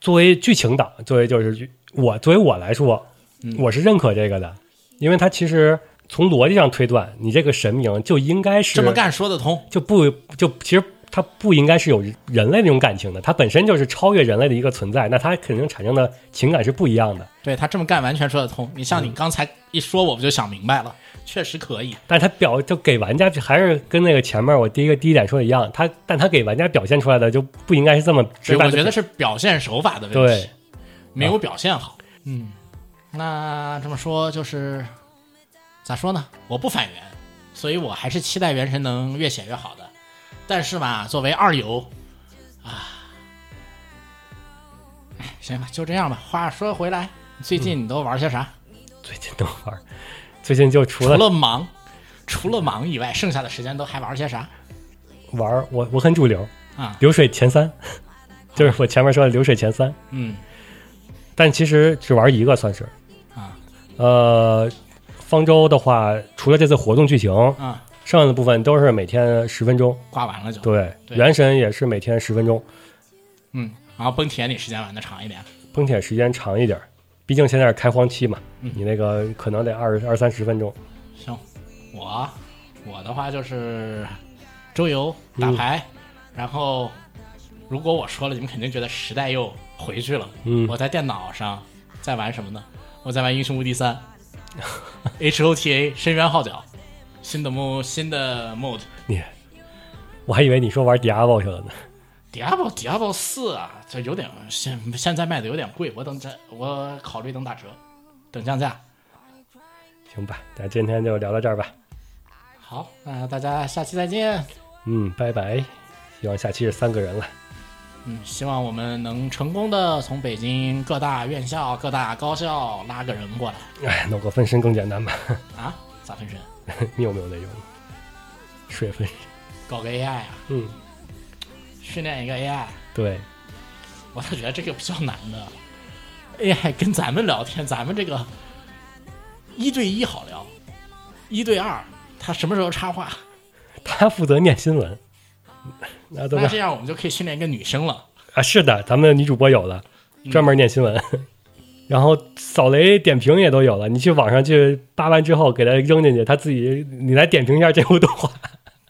A: 作为剧情党，作为就是我作为我来说，
B: 嗯
A: 我是认可这个的，因为他其实从逻辑上推断，你这个神明就应该是嗯
B: 这么，干说得通。
A: 就不就其实。他不应该是有人类那种感情的，他本身就是超越人类的一个存在，那他肯定产生的情感是不一样的。
B: 对他这么干完全说得通。你
A: 嗯
B: 像你刚才一说，我不就想明白了，确实可以。
A: 但他表就给玩家还是跟那个前面我第一个第一点说的一样，他但他给玩家表现出来的就不应该是这么
B: 所
A: 直
B: 以
A: 白
B: 我
A: 的
B: 觉得是表现手法的问
A: 对啊
B: 题，，没有表现好。嗯，那这么说就是咋说呢？我不反原，所以我还是期待原神能越写越好的。但是嘛，作为二游啊，哎，行吧，就这样吧。话说回来，最
A: 嗯
B: 近你都玩些啥？
A: 最近都玩儿，最近就除
B: 除
A: 了
B: 了忙，除了忙以外，剩下的时间都还玩些啥？
A: 玩儿，我我很主流
B: 啊
A: 流水前三， *laughs* 就是我前面说的流水前三，
B: 嗯，
A: 但其实只玩一个算是
B: 啊，
A: 呃，方舟的话，除了这次活动剧情，
B: 啊，
A: 剩下的部分都是每天十分钟，
B: 挂完了就。
A: 对，
B: 对
A: 原神也是每天十分钟，
B: 嗯，然后崩铁你时间玩的长一点。
A: 崩铁时间长一点儿，毕竟现在是开荒期嘛，
B: 嗯
A: 你那个可能得二二三十分钟，
B: 行，我我的话就是周游
A: 嗯
B: 打牌，然后如果我说了，你们肯定觉得时代又回去了。
A: 嗯
B: 我在电脑上在玩什么呢？我在玩《英雄无敌三》，HOTA 深渊号角，新的 mo 新的 mode。
A: 你。我还以为你说玩 Diablo 去了呢，
B: Diablo Diablo 四啊，这有点现现在卖的有点贵，我等这我考虑等打折，等降价。
A: 行吧，那今天就聊到这儿吧。
B: 好，那大家下期再见。
A: 嗯，拜拜。希望下期是三个人了。
B: 嗯，希望我们能成功的从北京各大院校、各大高校拉个人过来
A: 哎， *laughs* 弄个分身更简单吧？
B: 啊！咋分身？
A: 你有没有那种水分身？
B: 搞个 AI 啊，
A: 嗯，
B: 训练一个 AI，
A: 对，
B: 我倒觉得这个比较难的。AI 跟咱们聊天，咱们这个一对一好聊，一对二，他什么时候插话？
A: 他负责念新闻。那怎
B: 那
A: 么
B: 这样我们就可以训练一个女生了。
A: 啊？是的，咱们的女主播有了，专门念新闻。 *laughs* 然后扫雷点评也都有了，你去网上去扒完之后给他扔进去，他自己你来点评一下这部动画。 *laughs*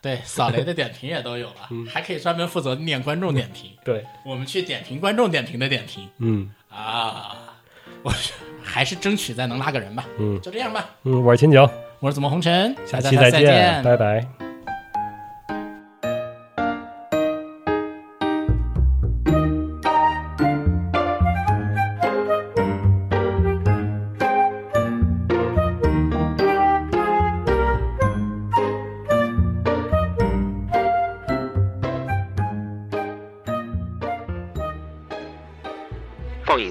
B: 对，扫雷的点评也都有了，还可以专门负责念观众点评。
A: 对，
B: 我们去点评观众点评的点评
A: 嗯，
B: 啊，我是还是争取再能拉个人吧。
A: 嗯
B: 就这样吧。
A: 嗯，我是秦九，
B: 我是怎么红尘，
A: 下
B: 大
A: 期
B: 家再
A: 见，拜拜。
C: 放映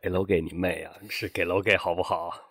A: 给楼给你妹啊！是给楼给好不好？